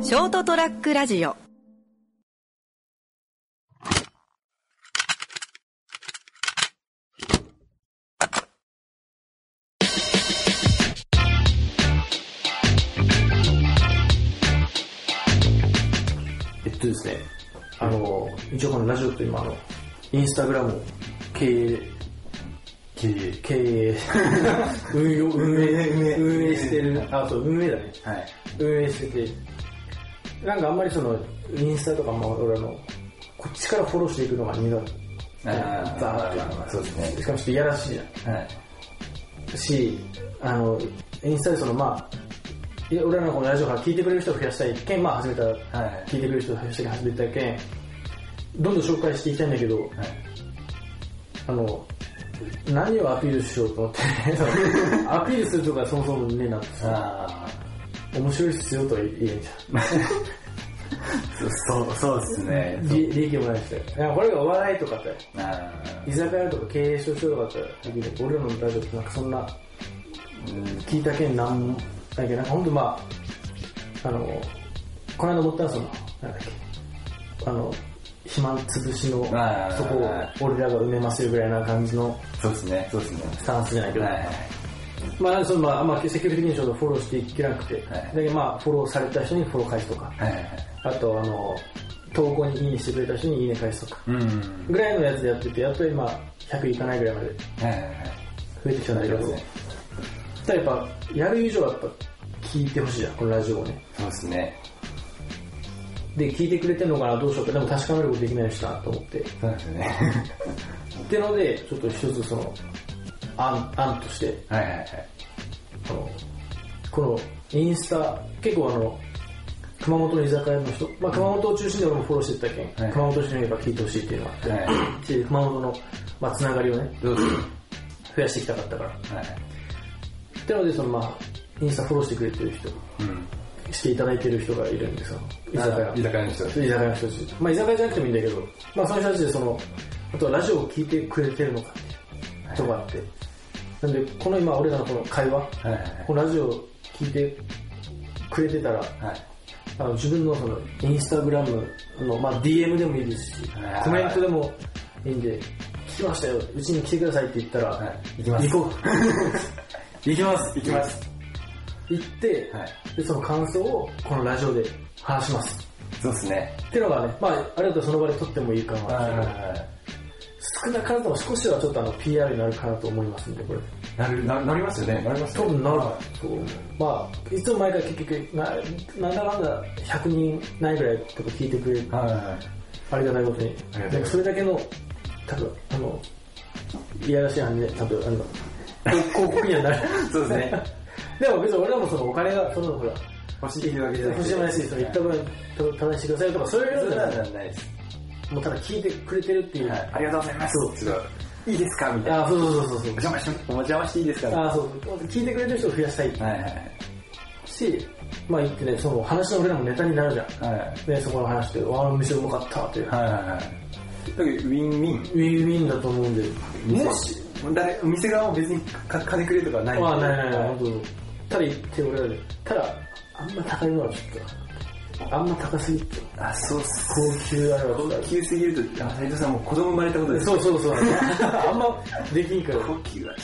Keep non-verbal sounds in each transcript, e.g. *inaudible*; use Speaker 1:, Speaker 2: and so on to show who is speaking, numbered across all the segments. Speaker 1: ショートトラックラジオ
Speaker 2: えっとですね、あの、一応このラジオと今あの、インスタグラムを経営、
Speaker 3: 経営。
Speaker 2: 経
Speaker 3: *laughs*
Speaker 2: 営、運用、運営、
Speaker 3: 運営
Speaker 2: 運営してる、あ、そう、運営だね。
Speaker 3: はい。
Speaker 2: 運営してて、なんかあんまりその、インスタとかも俺あの、こっちからフォローしていくのが苦手。
Speaker 3: あー
Speaker 2: ザーって。
Speaker 3: そうです
Speaker 2: し
Speaker 3: ね
Speaker 2: かもちょっといやらしいじゃん。
Speaker 3: はい。
Speaker 2: し、あの、インスタでその、まあ、いや俺らのこのラジオから聞いてくれる人を増やしたいけん、まあ始めたら、
Speaker 3: はい
Speaker 2: 聞いてくれる人を増やしたい始めたけん、どんどん紹介していきたいんだけど、
Speaker 3: はい。
Speaker 2: あの、何をアピールしようと思って、 *laughs* アピールするとかそもそもねえなってさ、
Speaker 3: あ
Speaker 2: 面白いっすよとは言えんじ
Speaker 3: あ。そう、そうですね
Speaker 2: ゃん。。利利益もないし。なんかこれがお笑いとかって、
Speaker 3: あ
Speaker 2: 居酒屋とか経営書とかだったらできるけど、俺らのラジオってなんかそんな、
Speaker 3: ー
Speaker 2: 聞いたけんなんもないけど、なんかほんとまあ、あの、この間思ったのはその、なんだっけ、あの、肥満潰しの、
Speaker 3: あー
Speaker 2: そこを俺らが埋めますよぐらいな感じの
Speaker 3: そうですね。そうですね。
Speaker 2: スタンスじゃないけど、
Speaker 3: はい。
Speaker 2: まあなんかその、まあ、まあ、積極的にちょっとフォローしていけなくて、
Speaker 3: はい
Speaker 2: だけどまあ、フォローされた人にフォロー返すとか、
Speaker 3: はい。
Speaker 2: あとあの、投稿にいいねしてくれた人にいいね返すとか、
Speaker 3: うん。
Speaker 2: ぐらいのやつでやってて、やっと今、100いかないぐらいまで
Speaker 3: はいはいはい。
Speaker 2: 増えてきたんだけど、
Speaker 3: そう
Speaker 2: ただやっぱ、やる以上はやっぱ、聞いてほしいじゃん、このラジオをね。
Speaker 3: ですね。
Speaker 2: で、聞いてくれてるのかな、どうしようか、でも確かめることできないしなと思って。
Speaker 3: そうですね。
Speaker 2: ってので、ちょっと一つその、案、案として、
Speaker 3: はいはいはい。
Speaker 2: あの、このインスタ、結構あの、熊本の居酒屋の人、まあ、熊本を中心で俺もフォローしてったけん、
Speaker 3: はい
Speaker 2: 熊本市の人が聞いてほしいっていうのがあって、
Speaker 3: は
Speaker 2: し熊本の、まあ、つながりをね、
Speaker 3: どうする
Speaker 2: 増やしていきたかったから。
Speaker 3: はい。
Speaker 2: ってので、そのまあ、インスタフォローしてくれてる人、
Speaker 3: うん。
Speaker 2: していただいてる人がいるんですよ、居酒屋。
Speaker 3: 居酒屋の人です。
Speaker 2: 居酒屋の人たち。まあ居酒屋じゃなくてもいいんだけど、まあその人たちでその、あとはラジオを聞いてくれてるのかっていうとかあって。なんで、この今俺らのこの会話、
Speaker 3: はいはいはい
Speaker 2: このラジオを聞いてくれてたら、
Speaker 3: はい。
Speaker 2: あの自分のそのインスタグラムの、まあ DM でもいいですし
Speaker 3: はい、
Speaker 2: コメントでもいいんで、聞きましたよ、うちに来てくださいって言ったら、
Speaker 3: はい行きます
Speaker 2: 行 *laughs* こ
Speaker 3: 行きます行きます。
Speaker 2: う。行って、
Speaker 3: はい
Speaker 2: で、その感想をこのラジオで話します。
Speaker 3: そうですね。
Speaker 2: っていうのがね、まあ、あれだとその場で撮ってもいいかもしれ
Speaker 3: はい
Speaker 2: な。
Speaker 3: はい
Speaker 2: 少なからずも少しはちょっとあの PR になるかなと思いますんで、これ。
Speaker 3: い。なる、ななりますよね。なります
Speaker 2: 多分なると思う。まあ、いつも毎回結局、ななんだかんだ100人ないぐらいとか聞いてくれる、
Speaker 3: はいはい。
Speaker 2: ありがたいことに
Speaker 3: ありが。たい
Speaker 2: なんかそれだけの、多分あの、いやらしい話で、多分あの、 *laughs* 広告にはなる。
Speaker 3: そうですね。
Speaker 2: でも別に俺らもそのお金が、そのほら、
Speaker 3: *laughs* 欲しいってわけじゃない
Speaker 2: 欲しいもないし、その言った分、試してくださいとか、そういうの
Speaker 3: そ
Speaker 2: じ
Speaker 3: れ
Speaker 2: ゃ
Speaker 3: は
Speaker 2: ない。
Speaker 3: ないです。
Speaker 2: もうただ聞いてくれてるっていう。
Speaker 3: はい。ありがとうございます。
Speaker 2: そう
Speaker 3: ちょっといいですかみたいな。
Speaker 2: あ、そうそうそうそう
Speaker 3: お邪魔し、お邪魔していいですか
Speaker 2: そう。あ、そう、聞いてくれてる人を増やしたい。
Speaker 3: はいはい
Speaker 2: し、まあ言ってね、その話の俺らもネタになるじゃん。
Speaker 3: はい。はい
Speaker 2: ね、そこの話で、わあ、店うまかったという。
Speaker 3: はいはい。だけどウィンウィン。
Speaker 2: ウィンウィンだと思うんで。
Speaker 3: もし、誰、店側も別にか金くれとかないんで
Speaker 2: まあ、ないないない、本当ただ言って俺らで。ただ、あんま高いのはちょっと、あんま高すぎて、
Speaker 3: あ、そうっす。
Speaker 2: 高級あれはちょっとあ
Speaker 3: 高
Speaker 2: る。
Speaker 3: 級すぎると、あ、斉藤さんもう子供生まれたことです。
Speaker 2: そうそうそう。 *laughs* あんまできんから。
Speaker 3: 高級はち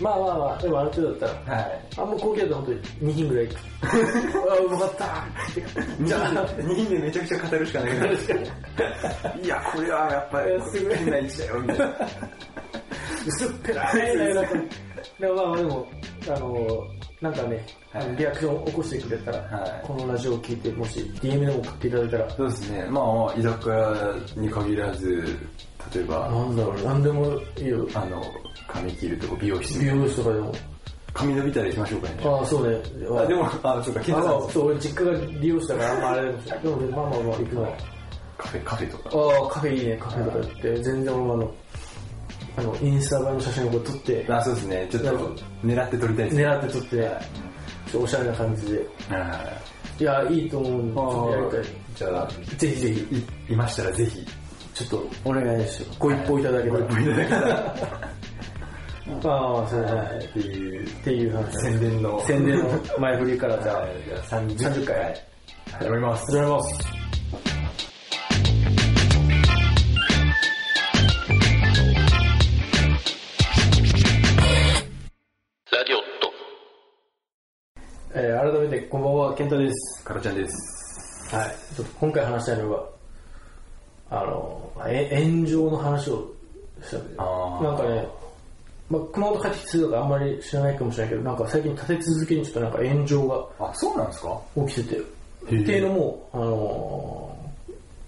Speaker 2: まあまあまあ、でもある程度だった
Speaker 3: ょっと。はい。
Speaker 2: ら、あんま高級だと本当に2品ぐらいいく。 *laughs* あ、うま *laughs* かった。
Speaker 3: じ
Speaker 2: じ
Speaker 3: ゃ
Speaker 2: ゃ
Speaker 3: あ
Speaker 2: あ、、
Speaker 3: 2品でめちゃくちゃ語るしかないから。 *laughs* いや、これはやっぱり、すごい変な位置だよ、みたいな。 *laughs*
Speaker 2: 薄っぺらい内容だった。でもまあまあでも、あの、なんかね、あのリアクションを起こしてくれたら、
Speaker 3: はい
Speaker 2: このラジオを聞いて、もし DM でも送っていただいたら、
Speaker 3: そうですね。まあまあ、居酒屋に限らず、例えば、
Speaker 2: なんだろう、なんでもいいよ。
Speaker 3: あの、髪切るとこ、美容室
Speaker 2: 美。容師とかでも。
Speaker 3: 髪伸びたりしましょうかね。
Speaker 2: ああ、そうね。
Speaker 3: あ、でも、あ、そうか、
Speaker 2: あ
Speaker 3: 金
Speaker 2: ま
Speaker 3: 田さん
Speaker 2: あ、そう、俺実家が利用したから、あんまあれだけど、でも、まあまあまあ、行くのは。
Speaker 3: カフェ、カフェとか。
Speaker 2: ああ、カフェいいね、カフェとか行って、全然俺もあの、あの、インスタ映えの写真をこう撮って、
Speaker 3: あ、そうですね。ちょっと
Speaker 2: なるほど、
Speaker 3: 狙って撮りたいですね。
Speaker 2: 狙って撮って、ちょっとおしゃれな感じで。
Speaker 3: はい
Speaker 2: いや、いいと思うんで、ちょっとやりたい。
Speaker 3: じゃあ、
Speaker 2: ぜひぜひ、
Speaker 3: い、いましたらぜひ、
Speaker 2: ちょっとお願いします。ご一報いただけたら。
Speaker 3: ご一報いただけたら
Speaker 2: ああ、そうですね。
Speaker 3: っていう
Speaker 2: っていう話。
Speaker 3: 宣伝の。
Speaker 2: 宣伝の前振りからじゃあ
Speaker 3: はいじゃあ30回。始まります。
Speaker 2: 始まります。
Speaker 1: ラディオット。
Speaker 2: えー、改めてこんばんは、健太です。
Speaker 3: カロちゃんです。
Speaker 2: はい。ちょっと今回話したいのが、あの、え炎上の話をしたんで、
Speaker 3: あー
Speaker 2: なんかね、まあ、熊本帰ってきてとかあんまり知らないかもしれないけど、なんか最近立て続けにちょっとなんか炎上が
Speaker 3: あ、そうなんですか
Speaker 2: 起きてて、っていうのも、あのー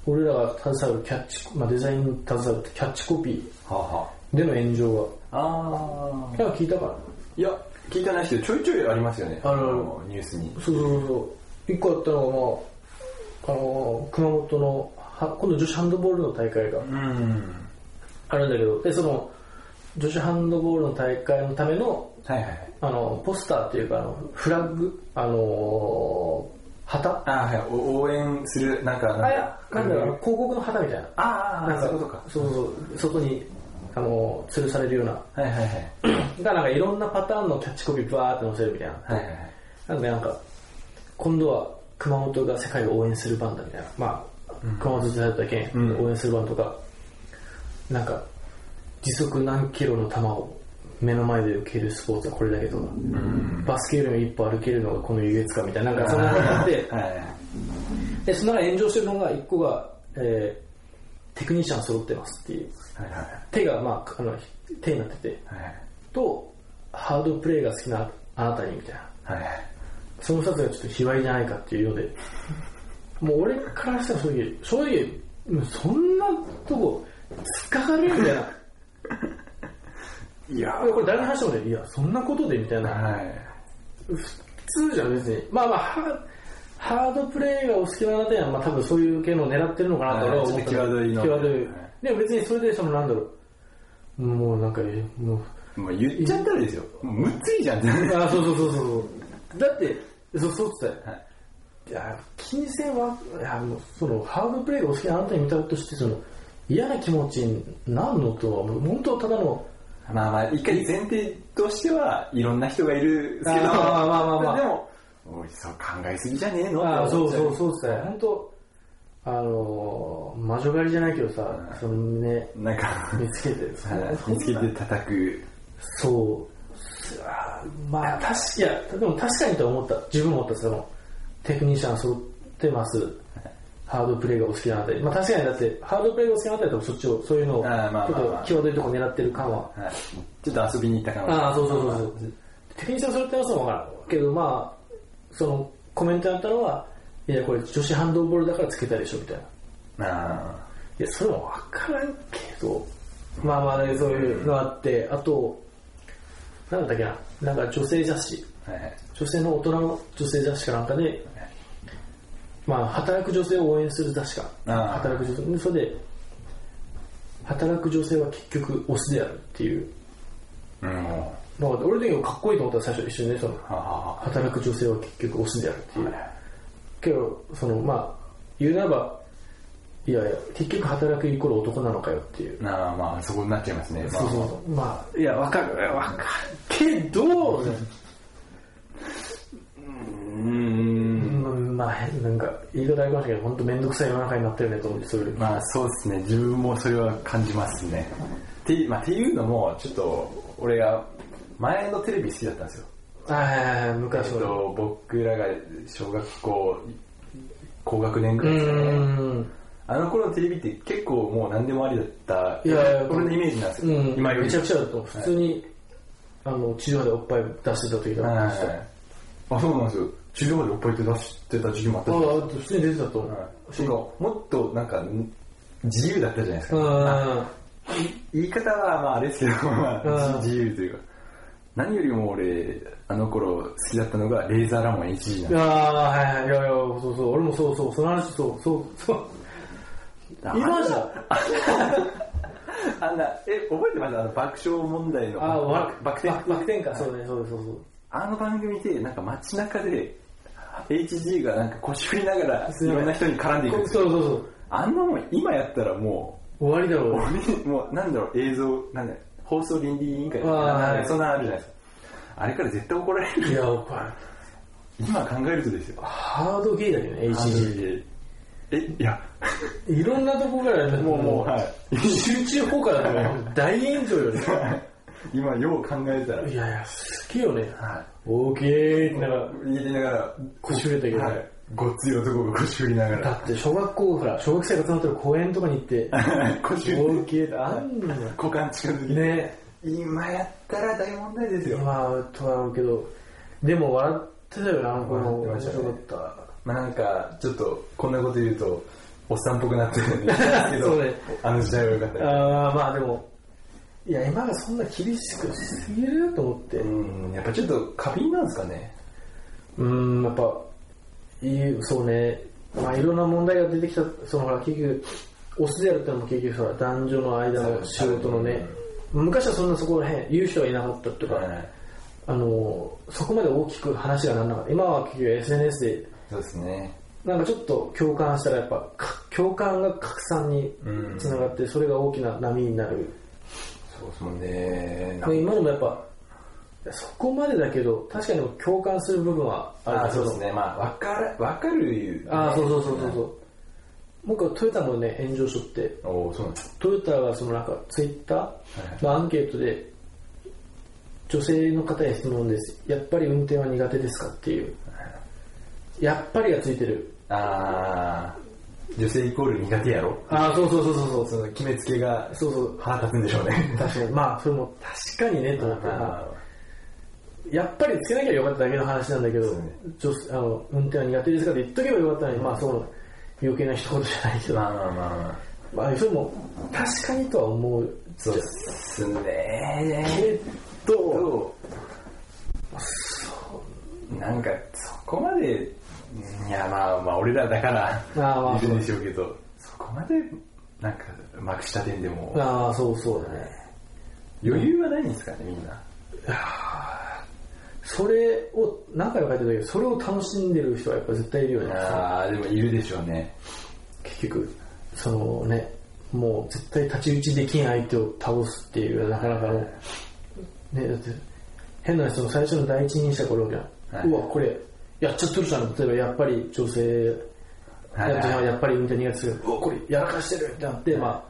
Speaker 2: 俺らが携わるキャッチ、まあ、デザインに携わるキャッチコピー
Speaker 3: はあ、は
Speaker 2: での炎上
Speaker 3: あ、あ
Speaker 2: が、なんか聞いたかな
Speaker 3: ーいや、聞いてない人ちょいちょいありますよね。
Speaker 2: ある
Speaker 3: の、ニュースに。
Speaker 2: そうそうそうそう。一個あったのが、まあ、あのー熊本の、は今度女子ハンドボールの大会が
Speaker 3: うん。
Speaker 2: あるんだけど、で、その、女子ハンドボールの大会のための、
Speaker 3: はいはいはい。
Speaker 2: あの、ポスターっていうか、あの、フラッグ、あのー旗
Speaker 3: あーはい、お応援する、なんか、なん
Speaker 2: あ、いや
Speaker 3: か、
Speaker 2: なんだろうな、広告の旗みたいな。
Speaker 3: あ
Speaker 2: な
Speaker 3: あ、
Speaker 2: ん
Speaker 3: そ
Speaker 2: か
Speaker 3: ういうことか。
Speaker 2: そうそう外にあの吊るされるような
Speaker 3: はいはいはい。
Speaker 2: だからなんかいろんなパターンのキャッチコピーバーって載せるみたいな、
Speaker 3: はいはいはい。
Speaker 2: なんでなんか今度は熊本が世界を応援する番だみたいなまあ、熊本時代だけ
Speaker 3: ん
Speaker 2: 応援する番とか、なんか時速何キロの球を目の前で受けるスポーツはこれだけとか、バスケよりも一歩歩けるのがこの優越感みたいななんかそんなことあって
Speaker 3: はいはいはい。
Speaker 2: でその中で炎上してるのが一個が、えーテクニシャン揃ってますっていう
Speaker 3: はいはいはい
Speaker 2: 手が、まあ、あの手になっててとハードプレイが好きなあなたにみたいな
Speaker 3: はいはい。
Speaker 2: その2つがちょっと卑猥じゃないかっていうのでもう俺からしたら正直正直もうそんなとこ突っかかれるみたいな
Speaker 3: いや
Speaker 2: これ誰の話してもねいやそんなことでみたいな
Speaker 3: はい。
Speaker 2: 普通じゃん別にまあまあハハードプレイがお好きなあなたには、まあ、多分そういう系のを狙ってるのかなと俺は思った
Speaker 3: はいちょっと際どいの
Speaker 2: 際どい
Speaker 3: はい
Speaker 2: でも別にそれでそのなんだろうもうなんかえもう
Speaker 3: もう言っちゃったらですよ。もうむっついじゃんって。はい
Speaker 2: あそうそうそうそうだってそうそうって言ってたよ、いや金銭はいやもうそのハードプレイがお好きなあなたに見たことしてその嫌な気持ちになんのとはもう本当ただの
Speaker 3: まあまあ、一回前提としては、いろんな人がいるけど、
Speaker 2: あーまあまあまあまあ
Speaker 3: でも、おい、そう考えすぎじゃねえの
Speaker 2: あ
Speaker 3: って
Speaker 2: そう
Speaker 3: 思っちゃ
Speaker 2: そうそうって言ってたよ本当あの魔女狩りじゃないけどさ、そのね
Speaker 3: なんか、
Speaker 2: 見つけてそ
Speaker 3: はい見つけて叩く。
Speaker 2: そうすあーまあ確かいやでも確かにとは思った自分も思ったそのテクニシャン揃ってますハードプレイがお好きなあたり、まあ、確かにだってハードプレイがお好きなあたりだとそっちをそういうのを
Speaker 3: あーまあ
Speaker 2: ちょ
Speaker 3: まあま
Speaker 2: っ
Speaker 3: あ
Speaker 2: と際どいとこ狙ってる感は
Speaker 3: はいちょっと遊びに行ったかも
Speaker 2: ああそうそうそうそうテクニシャン揃ってますのは分からんけどまあそのコメントやったのはいやこれ女子ハンドボールだからつけたでしょみたいな
Speaker 3: あ
Speaker 2: いや、それもわからんけど、まあまあね、そういうのあって、あと、なんだっけな、なんか女性雑誌、
Speaker 3: ーはいはい
Speaker 2: 女性の大人の女性雑誌かなんかで、まあ、働く女性を応援する雑誌か、
Speaker 3: あー
Speaker 2: 働く女性で、それで、働く女性は結局オスであるっていう
Speaker 3: うん。は
Speaker 2: のがあって、俺的にもかっこいいと思ったら最初一緒にね、その、
Speaker 3: あは
Speaker 2: 働く女性は結局オスであるっていう。
Speaker 3: あ
Speaker 2: けどそのまあ言うならばいやいや結局働くイコール男なのかよっていう、
Speaker 3: なあまあ、そこになっちゃいますね。まあ
Speaker 2: そうそうそうま
Speaker 3: いや、わかる、わ
Speaker 2: あ
Speaker 3: かる。
Speaker 2: けど、
Speaker 3: うん。
Speaker 2: うんまあなんか言い方ありましたけど本当面倒くさい世の中になってるねと思ってそれま
Speaker 3: まあそうですね、自分もそれは感じますね。て,、まあ、っていうのも、ちょっと俺が前のテレビ好きだったんですよ。
Speaker 2: ああ
Speaker 3: え
Speaker 2: 昔
Speaker 3: っ
Speaker 2: は
Speaker 3: と、僕らが小学校高学年ぐ
Speaker 2: う
Speaker 3: らいですかね。
Speaker 2: ん
Speaker 3: あの頃のテレビって結構もう何でもありだった、
Speaker 2: いやいや
Speaker 3: 俺のイメージなんですよ。
Speaker 2: うん
Speaker 3: 今より。
Speaker 2: めちゃくちゃだと思う普通に、あの地上波でおっぱい出してた時だ
Speaker 3: はい
Speaker 2: ったん
Speaker 3: は
Speaker 2: で
Speaker 3: い
Speaker 2: すよ
Speaker 3: はいあ、そうなんですよ。地上までおっぱいって出してた時期もあったし
Speaker 2: ああだって普通に出てたと思う、
Speaker 3: はいとかもっとなんか自由だったじゃないですか。
Speaker 2: うん
Speaker 3: 言い方はまああ
Speaker 2: *laughs*
Speaker 3: れですけど、まあ
Speaker 2: うん
Speaker 3: 自由というか何よりも俺あの頃好きだったのがレーザーラモン HG
Speaker 2: い
Speaker 3: なん
Speaker 2: やーはいはいいやいやそうそう俺もそうそうその話そうそうそう
Speaker 3: だ
Speaker 2: 今じゃ
Speaker 3: あんなえ覚えてますあの爆笑問題の
Speaker 2: あわ
Speaker 3: バク転
Speaker 2: バク転かそうねそうねそうそう
Speaker 3: あの番組でなんか街中で HG がなんか腰振りながらい
Speaker 2: すいません
Speaker 3: ろんな人に絡んでいく
Speaker 2: こ
Speaker 3: んです
Speaker 2: そう
Speaker 3: よ
Speaker 2: そうそう
Speaker 3: あんなもん今やったらも
Speaker 2: 終わりだろ
Speaker 3: う
Speaker 2: う
Speaker 3: 俺もうなんだろう映像なんだろう放送倫理委員会とか
Speaker 2: あー
Speaker 3: なんかそんなのあるじゃないですかあれから絶対怒られる
Speaker 2: いやおっぱい
Speaker 3: 今考えるとですよ。
Speaker 2: ハードゲーだけどね、HG。
Speaker 3: え、いや、
Speaker 2: いろんなとこから、
Speaker 3: もうもう、はい。
Speaker 2: 集中砲火だから、大炎上よね。
Speaker 3: *laughs* 今、よう考えたら、
Speaker 2: いやいや、好きよね。
Speaker 3: は
Speaker 2: オーケーって
Speaker 3: い。
Speaker 2: な
Speaker 3: だ
Speaker 2: ん
Speaker 3: か、
Speaker 2: から
Speaker 3: 言いながら、
Speaker 2: 腰振れたけど、
Speaker 3: はい。ごっつい男が腰振りなが
Speaker 2: だ
Speaker 3: ら、
Speaker 2: って小学校ほら、小学生が集まってる公園とかに行
Speaker 3: *laughs*
Speaker 2: って、
Speaker 3: 腰
Speaker 2: オ
Speaker 3: 振
Speaker 2: ー
Speaker 3: り、
Speaker 2: ケーってあんのよ。
Speaker 3: 股間近づきて、
Speaker 2: ね
Speaker 3: 今やったら大問題ですよ。
Speaker 2: 今はアウトだろうけど、でも笑ってたよな、あの子も。
Speaker 3: 笑っ
Speaker 2: 面
Speaker 3: てましたね
Speaker 2: 白かっ
Speaker 3: まあなんか、ちょっと、こんなこと言うと、おっさんっぽくなってるんですけ *laughs* ど、
Speaker 2: そうね
Speaker 3: あの時代は良かった
Speaker 2: た。
Speaker 3: で
Speaker 2: ああ、まあでも、いや、今がそんな厳しくしすぎると思って。
Speaker 3: す。うん、やっぱちょっと、過敏なんですかね。
Speaker 2: うーん、やっぱ、いいそうね、まあ、いろんな問題が出てきた、そのほら、結局、オスでやるってのも結局さ、男女の間の仕事のね、昔はそんなそこら辺、言う人はいなかったとか、あの、そこまで大きく話がならなかった。今は結局 SNS で、
Speaker 3: そうですね。
Speaker 2: なんかちょっと共感したら、やっぱ、か共感が拡散につながって、それが大きな波になる。
Speaker 3: そうですもんね。
Speaker 2: まあ今のもやっぱ、そこまでだけど、確かに共感する部分はある
Speaker 3: あ
Speaker 2: けど
Speaker 3: そうですね。まあ、わかる、わかる。
Speaker 2: ああ、そうそうそうそうそう。僕はトヨタのね、炎上しとって、
Speaker 3: う。おお、そうなんです。
Speaker 2: トヨタがそのなんかツイッタ
Speaker 3: い
Speaker 2: ーのアンケートで、女性の方へ質問です。やっぱり運転は苦手ですかっていう。やっぱりがついてる。
Speaker 3: ああ、女性イコール苦手やろ
Speaker 2: ああ、そうそうそうそうそ。
Speaker 3: そうの決めつけが
Speaker 2: そうそう。
Speaker 3: 腹立つんでしょうね。
Speaker 2: 確かに。まあ、それも確かにね、と思って。
Speaker 3: あ
Speaker 2: やっぱりつけなきゃよかっただけの話なんだけど
Speaker 3: そうね、
Speaker 2: 女性あの運転は苦手ですかって言っとけばよかったのに、まあ、その余計な一言じゃないけ
Speaker 3: ー
Speaker 2: ど、
Speaker 3: まあまあまあまあ。
Speaker 2: まあ、それも確かにとは思う。
Speaker 3: そうですね。
Speaker 2: けど、
Speaker 3: どうなんかそこまでいやまあまあ俺らだから
Speaker 2: まあまあ
Speaker 3: いるんでしょうけどそこまでなんかまくした点でも
Speaker 2: ああ、そうそうだね。
Speaker 3: 余裕はないんですかねみんな
Speaker 2: それを、何回も書いてたけど、それを楽しんでる人はやっぱ絶対いるよね。
Speaker 3: ああでもいるでしょうね
Speaker 2: 結局、そのね、もう絶対太刀打ちできん相手を倒すっていう、なかなかの、ね、だって、変な人の最初の第一人者これわけじゃん。
Speaker 3: はいう
Speaker 2: わ、これ、やっちゃってるじゃん。例えば、やっぱり女性、
Speaker 3: はい
Speaker 2: やっぱりやっぱり運転苦手する。うわ、これ、やらかしてるってなって、まあ、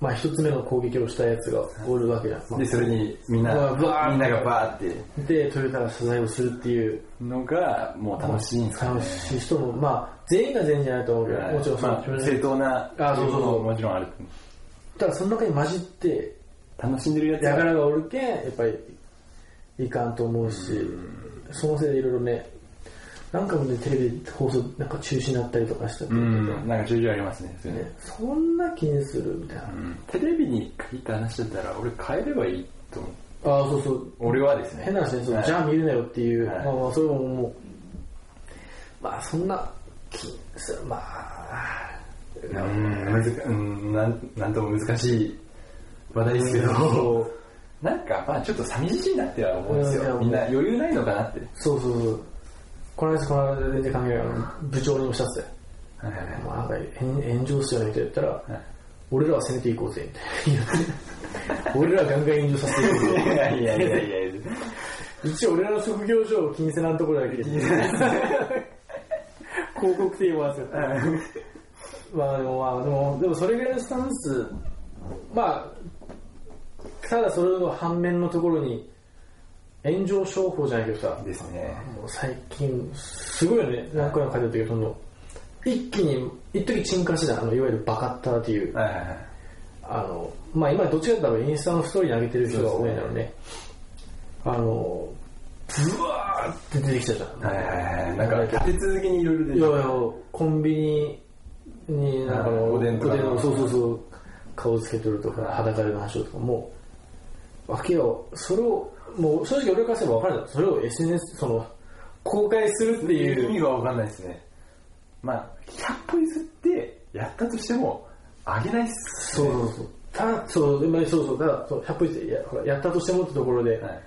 Speaker 2: まあ一つ目の攻撃をしたやつがおるわけじゃん。まあ
Speaker 3: でそれにみんな
Speaker 2: うわうわー
Speaker 3: みんながバーって
Speaker 2: で、トヨタが謝罪をするっていう、
Speaker 3: のがもう楽しいんですかね
Speaker 2: 楽しい人も、まあ、全員が全員じゃないと思うけど、
Speaker 3: はい
Speaker 2: もちろんその、
Speaker 3: まあ正当な
Speaker 2: あそうそうそう
Speaker 3: ももちろんある
Speaker 2: ただその中に混じって、
Speaker 3: 楽しんでるやつ
Speaker 2: やか
Speaker 3: は
Speaker 2: らがおるけん、やっぱり、いかんと思うし、そのせいでいろいろね、なんかもね、テレビ放送なんか中止になったりとかしたって
Speaker 3: う
Speaker 2: 言って
Speaker 3: ん
Speaker 2: た
Speaker 3: なんかちょいちょいありますねそれね
Speaker 2: ねそんな気にするみたいな。
Speaker 3: テレビに書いた話だったら俺変えればいいと思う
Speaker 2: ああ、そうそう。
Speaker 3: 俺はですね
Speaker 2: 変な話ね、そう
Speaker 3: はい
Speaker 2: じゃあ見るなよっていう、
Speaker 3: はい
Speaker 2: まあまあ、それももう、まあ、そんな気にする、まあ、
Speaker 3: うーんむずうんなんなんとも難しい話題ですけど
Speaker 2: そう
Speaker 3: なんかまあちょっと寂しいなっては思うんです
Speaker 2: うんいや
Speaker 3: よみんな余裕ないのかなって
Speaker 2: そうそうそう。この間、この間全然関係ないから部長にもしたっすよ。
Speaker 3: はいはいはい
Speaker 2: まあ、なんか炎炎上っすよねみたいな言ったら、俺らは攻めていこうぜみたいな言って。俺らはガンガン炎上させていこ。
Speaker 3: *laughs* いやいやいやいやいう
Speaker 2: 一応俺らの職業上、金銭なんところだけで。広告って言わせ
Speaker 3: や
Speaker 2: まあでもまあでも、でもそれぐらいのスタンス、まあ、ただそれの反面のところに、炎上商法じゃないけどさ、
Speaker 3: ですね
Speaker 2: もう最近、すごいよね、何回も書いてあったけど、その、一気に、一時沈下してた、あの、いわゆるバカッターっていう、
Speaker 3: はいはいはい
Speaker 2: あの、まあ今どっちかって言ったらインスタのストーリーに上げてる人が多いんだろうね。あの、ブワーって出てきたじゃん。
Speaker 3: はいはいはいなんか立て続けにいろいろ出
Speaker 2: い
Speaker 3: て
Speaker 2: やい
Speaker 3: る
Speaker 2: や、コンビニに、なんか
Speaker 3: あ
Speaker 2: の、
Speaker 3: おでんとか
Speaker 2: のそうそうそう、顔つけとるとか、裸での話をとか、もう、わけよ、それを、もう、正直俺からすれば分かるじゃんそれを SNS、その、公開するって
Speaker 3: 意
Speaker 2: い
Speaker 3: 味
Speaker 2: う、
Speaker 3: がわかんないですねまあ100歩譲ってやったとしてもあげないっす
Speaker 2: そうそうそう、ただ、そう、でもそうそう、ただ、そう100歩譲ってやほらやったとしてもってところで、
Speaker 3: はい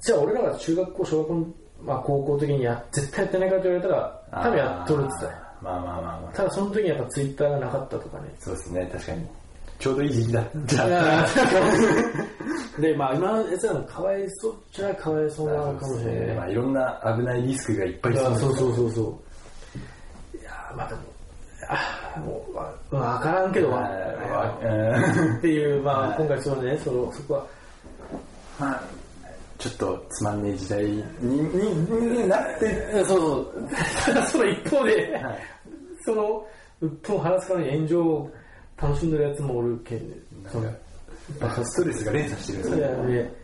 Speaker 2: じゃあ俺らが中学校、小学校の、まあ高校の時にや、絶対やってないかと言われたら、多分やっとるって言ってたよ。
Speaker 3: あーまあまあまあまあ *laughs*
Speaker 2: ただその時にやっぱツイッターがなかったとかね、
Speaker 3: そうですね確かにちょうどいい時期だったんじゃ
Speaker 2: い
Speaker 3: ん
Speaker 2: やで、まあ、今のやつらもかわいそうっちゃかわいそうなのかもしれない
Speaker 3: まあ、
Speaker 2: ね。
Speaker 3: いろんな危ないリスクがいっぱい
Speaker 2: そう
Speaker 3: 潜んで
Speaker 2: そ
Speaker 3: る
Speaker 2: うそうそうそう。いやーまあでも、あもう、わ、わからんけどわ、
Speaker 3: はいうん
Speaker 2: っていう、まあ、
Speaker 3: はい
Speaker 2: 今回そのね、その、そこは、
Speaker 3: まあちょっとつまんねえ時代ににになって、
Speaker 2: そうそう。ただ *laughs* その一方で、
Speaker 3: はい
Speaker 2: その、鬱憤を晴らすために炎上を楽しんでるやつもおるけんね。その
Speaker 3: なんかストレスが連鎖してるんです
Speaker 2: い
Speaker 3: ね
Speaker 2: やで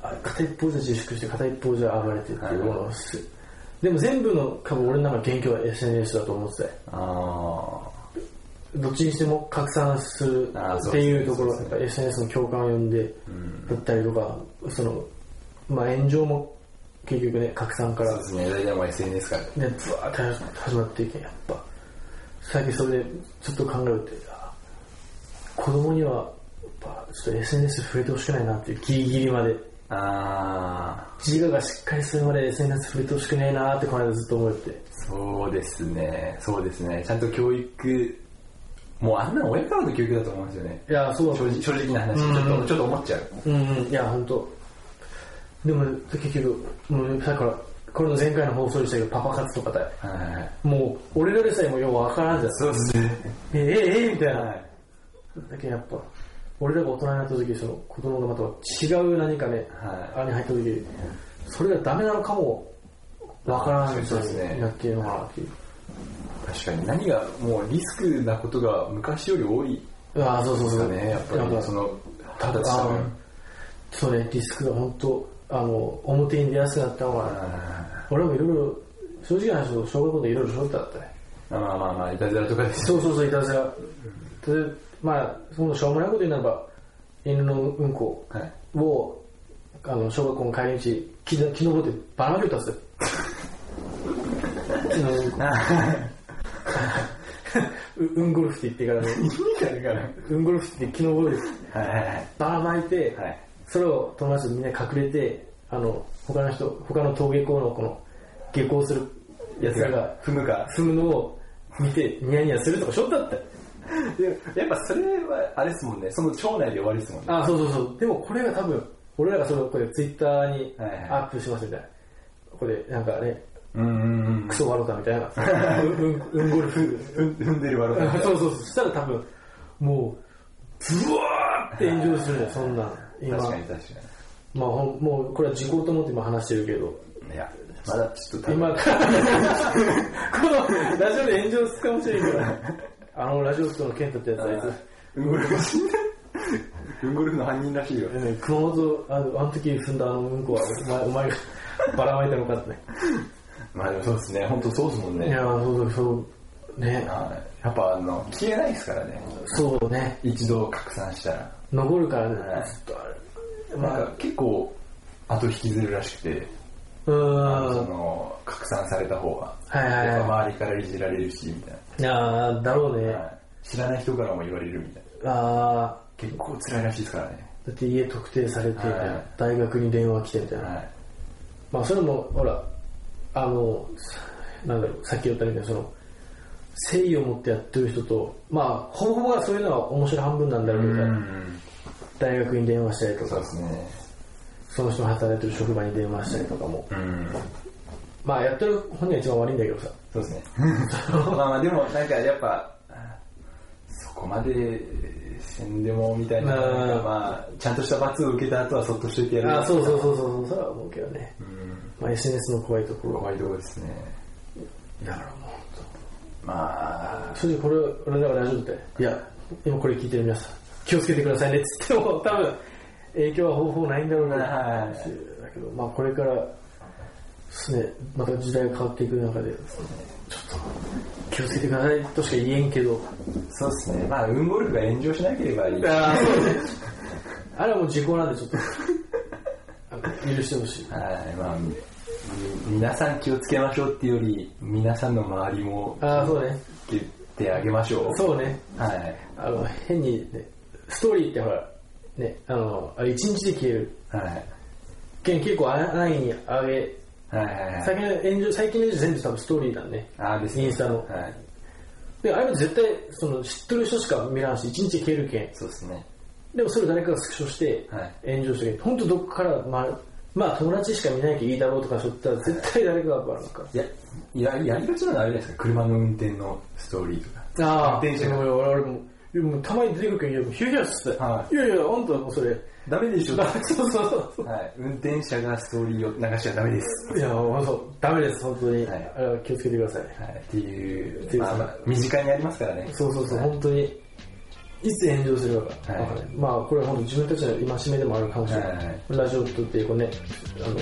Speaker 2: あ片一方じゃ自粛して片一方じゃ暴れてっていうものをすでも全部の株俺の中で元凶は SNS だと思ってたよ
Speaker 3: あ
Speaker 2: どっちにしても拡散する
Speaker 3: あー
Speaker 2: っ
Speaker 3: そう
Speaker 2: て
Speaker 3: ですね
Speaker 2: いうところ
Speaker 3: そう
Speaker 2: や
Speaker 3: で
Speaker 2: っ
Speaker 3: すね
Speaker 2: ぱ SNS の共感を呼んでだったりとかそのまあ炎上も結局ね拡散か
Speaker 3: あ
Speaker 2: ら
Speaker 3: そうですね大体もう SNS から
Speaker 2: ね、ぶわーって始まっていけんやっぱ最近それでずっと考えるってあ子供にはやっぱちょっと SNS 触れてほしくないなっていうギリギリまで
Speaker 3: ああ
Speaker 2: 自我がしっかりするまで SNS 触れてほしくねえなーってこの間ずっと思って
Speaker 3: そうですねそうですねちゃんと教育もうあんなの親からの教育だと思うんですよね
Speaker 2: いやそう
Speaker 3: 正直正直な話
Speaker 2: うん
Speaker 3: ちょっとちょっと思っちゃう
Speaker 2: うんうんいや本当でも結局もうだからこれの前回の放送でしたけどパパ活とかだよ
Speaker 3: はいはいはい
Speaker 2: もう俺らでさえもようわからんじゃん
Speaker 3: そうですね
Speaker 2: ええええみたいな、
Speaker 3: はい
Speaker 2: だけどやっぱ俺らが大人になった時その子供がまた違う何かね、
Speaker 3: は
Speaker 2: あ
Speaker 3: い
Speaker 2: れに入った時それがダメなのかもわからないみた
Speaker 3: そうですね
Speaker 2: いなっていうのかなっていう
Speaker 3: 確かに何がもうリスクなことが昔より多い
Speaker 2: ああそうそう
Speaker 3: です
Speaker 2: そ
Speaker 3: か
Speaker 2: う
Speaker 3: ねやっぱりそのただ
Speaker 2: あ
Speaker 3: 多
Speaker 2: の
Speaker 3: 分
Speaker 2: そうねリスクが本当あの表に出やすくなったのが
Speaker 3: あ
Speaker 2: 俺もいろいろ正直な話小学校でいろいろしょっただったね
Speaker 3: ーまあまあまあいたずらとか *laughs* です
Speaker 2: そうそうそういたずらでまあそのしょうもないこと言うならば犬のうんこ
Speaker 3: はい
Speaker 2: をあの小学校の帰り道木の木の棒でばらまけたんですよ木のうんこううんゴルフって言ってからね
Speaker 3: 意味がある
Speaker 2: うんゴルフって木の棒で
Speaker 3: からはいはい
Speaker 2: ばらまいて、
Speaker 3: はいはい
Speaker 2: それを友達とみんな隠れてあの他の人他の登下校のこの下校するやつらが
Speaker 3: 踏むか
Speaker 2: 踏むのを見てニヤニヤするとかしょったって
Speaker 3: やっぱそれはあれですもんねその町内で終わりですもんね
Speaker 2: あそうそうそうでもこれが多分俺らがそれをこれツイッターに
Speaker 3: はいはい
Speaker 2: アップしますみたいなこれなんかね
Speaker 3: うんうんうん
Speaker 2: クソ悪かみたいなうんうんうんゴルフ
Speaker 3: 踏んでるわろう *laughs*
Speaker 2: そうそうそうそしたら多分もうブワーって炎上するよそんなん今
Speaker 3: 確かに確か
Speaker 2: まあほんもうこれは時効と思って今話してるけど
Speaker 3: にいやまだちょっと多分 *laughs*
Speaker 2: 今から、このラジオで炎上するかもしれんから、あのラジオストの健太ってやつ、あい
Speaker 3: うんゴルフ死んだうんゴルフの犯人らしいよ
Speaker 2: つ、ね熊本あの、あの時踏んだあのうんこは、お前お前がばらまいたのかってね。
Speaker 3: まあでもそうですね本当そうですもん
Speaker 2: い
Speaker 3: ね
Speaker 2: や、そうそう、そう、ね、
Speaker 3: はいやっぱあの消えないですからね
Speaker 2: そうね、
Speaker 3: 一度拡散したら
Speaker 2: 残るからね、
Speaker 3: はい
Speaker 2: ちょっとあれ、
Speaker 3: なん
Speaker 2: まあ
Speaker 3: か、結構後引きずるらしくて
Speaker 2: う
Speaker 3: そ
Speaker 2: ーん、
Speaker 3: の拡散された方が
Speaker 2: はいはいはい
Speaker 3: やっぱ周りからいじられるしみたい
Speaker 2: いやーだろうね、
Speaker 3: な、はい知らない人からも言われるみたいな
Speaker 2: あ
Speaker 3: 結構辛いらしいですからね
Speaker 2: ーだって家特定されて、みたいな
Speaker 3: はい
Speaker 2: 大学に電話来てみたいな。
Speaker 3: はい
Speaker 2: まあそれもほらあのなんだろうさっき言ったみたいにその誠意を持ってやってる人とまあほぼほぼがそういうのは面白い半分なんだろうけど、
Speaker 3: うん
Speaker 2: 大学に電話したりと
Speaker 3: そう
Speaker 2: か
Speaker 3: ですね
Speaker 2: その人の働いてる職場に電話したりとかも、
Speaker 3: うん
Speaker 2: まあやってる本人は一番悪いんだけどさ
Speaker 3: そうですね *laughs* まあまあでもなんかやっぱそこまでせんでもみたいな
Speaker 2: うん
Speaker 3: なんかまあちゃんとした罰を受けた後はそっとしといてやる
Speaker 2: ああそうそうそうそうそうそれは思うけどね、まあ、SNS の怖いところ
Speaker 3: 怖いとこですね
Speaker 2: だからもう本
Speaker 3: まあ
Speaker 2: 当正直これ俺らが大丈夫っていや今これ聞いてる皆さん気をつけてくださいねっつっても多分影響は方法ないんだろうな、
Speaker 3: はい
Speaker 2: だけど、まあ、これからですね、また時代が変わっていく中で、ちょっと気をつけてくださいとしか言えんけど、
Speaker 3: そうですねまあ運ゴルフが炎上しなければいい
Speaker 2: あ *laughs* あれはもう時効なんで、ちょっと、あの許してほしい。
Speaker 3: はい、まあ、み皆さん気をつけましょうっていうより、皆さんの周りも
Speaker 2: ああ、そうね、
Speaker 3: 気をつけてあげましょう。
Speaker 2: そうね、
Speaker 3: はい。
Speaker 2: あの変に、ね、ストーリーってほら、ね、あのあれ一日で消える。
Speaker 3: はい。
Speaker 2: けん結構安易に上げ、
Speaker 3: はいはいはい。
Speaker 2: 最近の炎上最近の炎上全部多分ストーリーだね。
Speaker 3: ああです
Speaker 2: インスタの
Speaker 3: はい。
Speaker 2: で、あれは絶対、その、知ってる人しか見らんし、一日消えるけん。
Speaker 3: そうですね。
Speaker 2: でもそれ誰かがスクショして
Speaker 3: はい、
Speaker 2: 炎上して、本当どっから、まあ、まあ友達しか見ないけんいいだろうとかしょったら、絶対誰かがバるのか。
Speaker 3: いや、ややりがちなのあれじゃないですか、車の運転のストーリーとか。
Speaker 2: ああ、
Speaker 3: 運転手が
Speaker 2: 俺俺も、いやもうたまに出てくるけん、いやもうヒューヒューっつって、
Speaker 3: はい
Speaker 2: いやいや、本当もうそれ、
Speaker 3: ダメでしょ、
Speaker 2: *laughs* そうそうそう。
Speaker 3: はい、運転者がストーリーを流しちゃダメです。
Speaker 2: いや、もうそう、ダメです、本当に。
Speaker 3: はい
Speaker 2: あれは気をつけてください。
Speaker 3: はい、ってい
Speaker 2: って
Speaker 3: う、
Speaker 2: いう
Speaker 3: まあまあ、身近にありますからね。
Speaker 2: そうそうそう、
Speaker 3: はい
Speaker 2: 本当に、いつ炎上するかが、
Speaker 3: はい
Speaker 2: はい、まあ、これは本当自分たちの戒めでもあるかもしれない。
Speaker 3: はいはい
Speaker 2: ラジオっていうこうね、あの、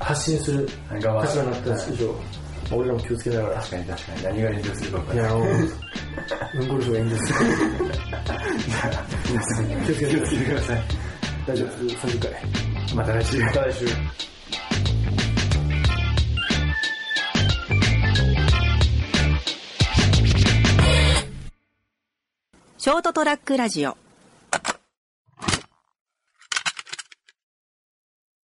Speaker 2: 発信する
Speaker 3: はい
Speaker 2: 立
Speaker 3: 側
Speaker 2: 場になった以上、俺らも気をつけながら。
Speaker 3: 確かに確かに、何が炎上するか分か
Speaker 2: い
Speaker 3: ら
Speaker 2: や、
Speaker 3: ない。
Speaker 2: あ *laughs* の、うんこりしがいいん
Speaker 3: *laughs*
Speaker 2: ですけど、
Speaker 3: 皆さん
Speaker 2: 気をつけて
Speaker 3: 気をつけてくださ
Speaker 2: 大丈夫です、30回。
Speaker 3: い。また来週。
Speaker 2: また来週。
Speaker 4: ショートトラックラジオ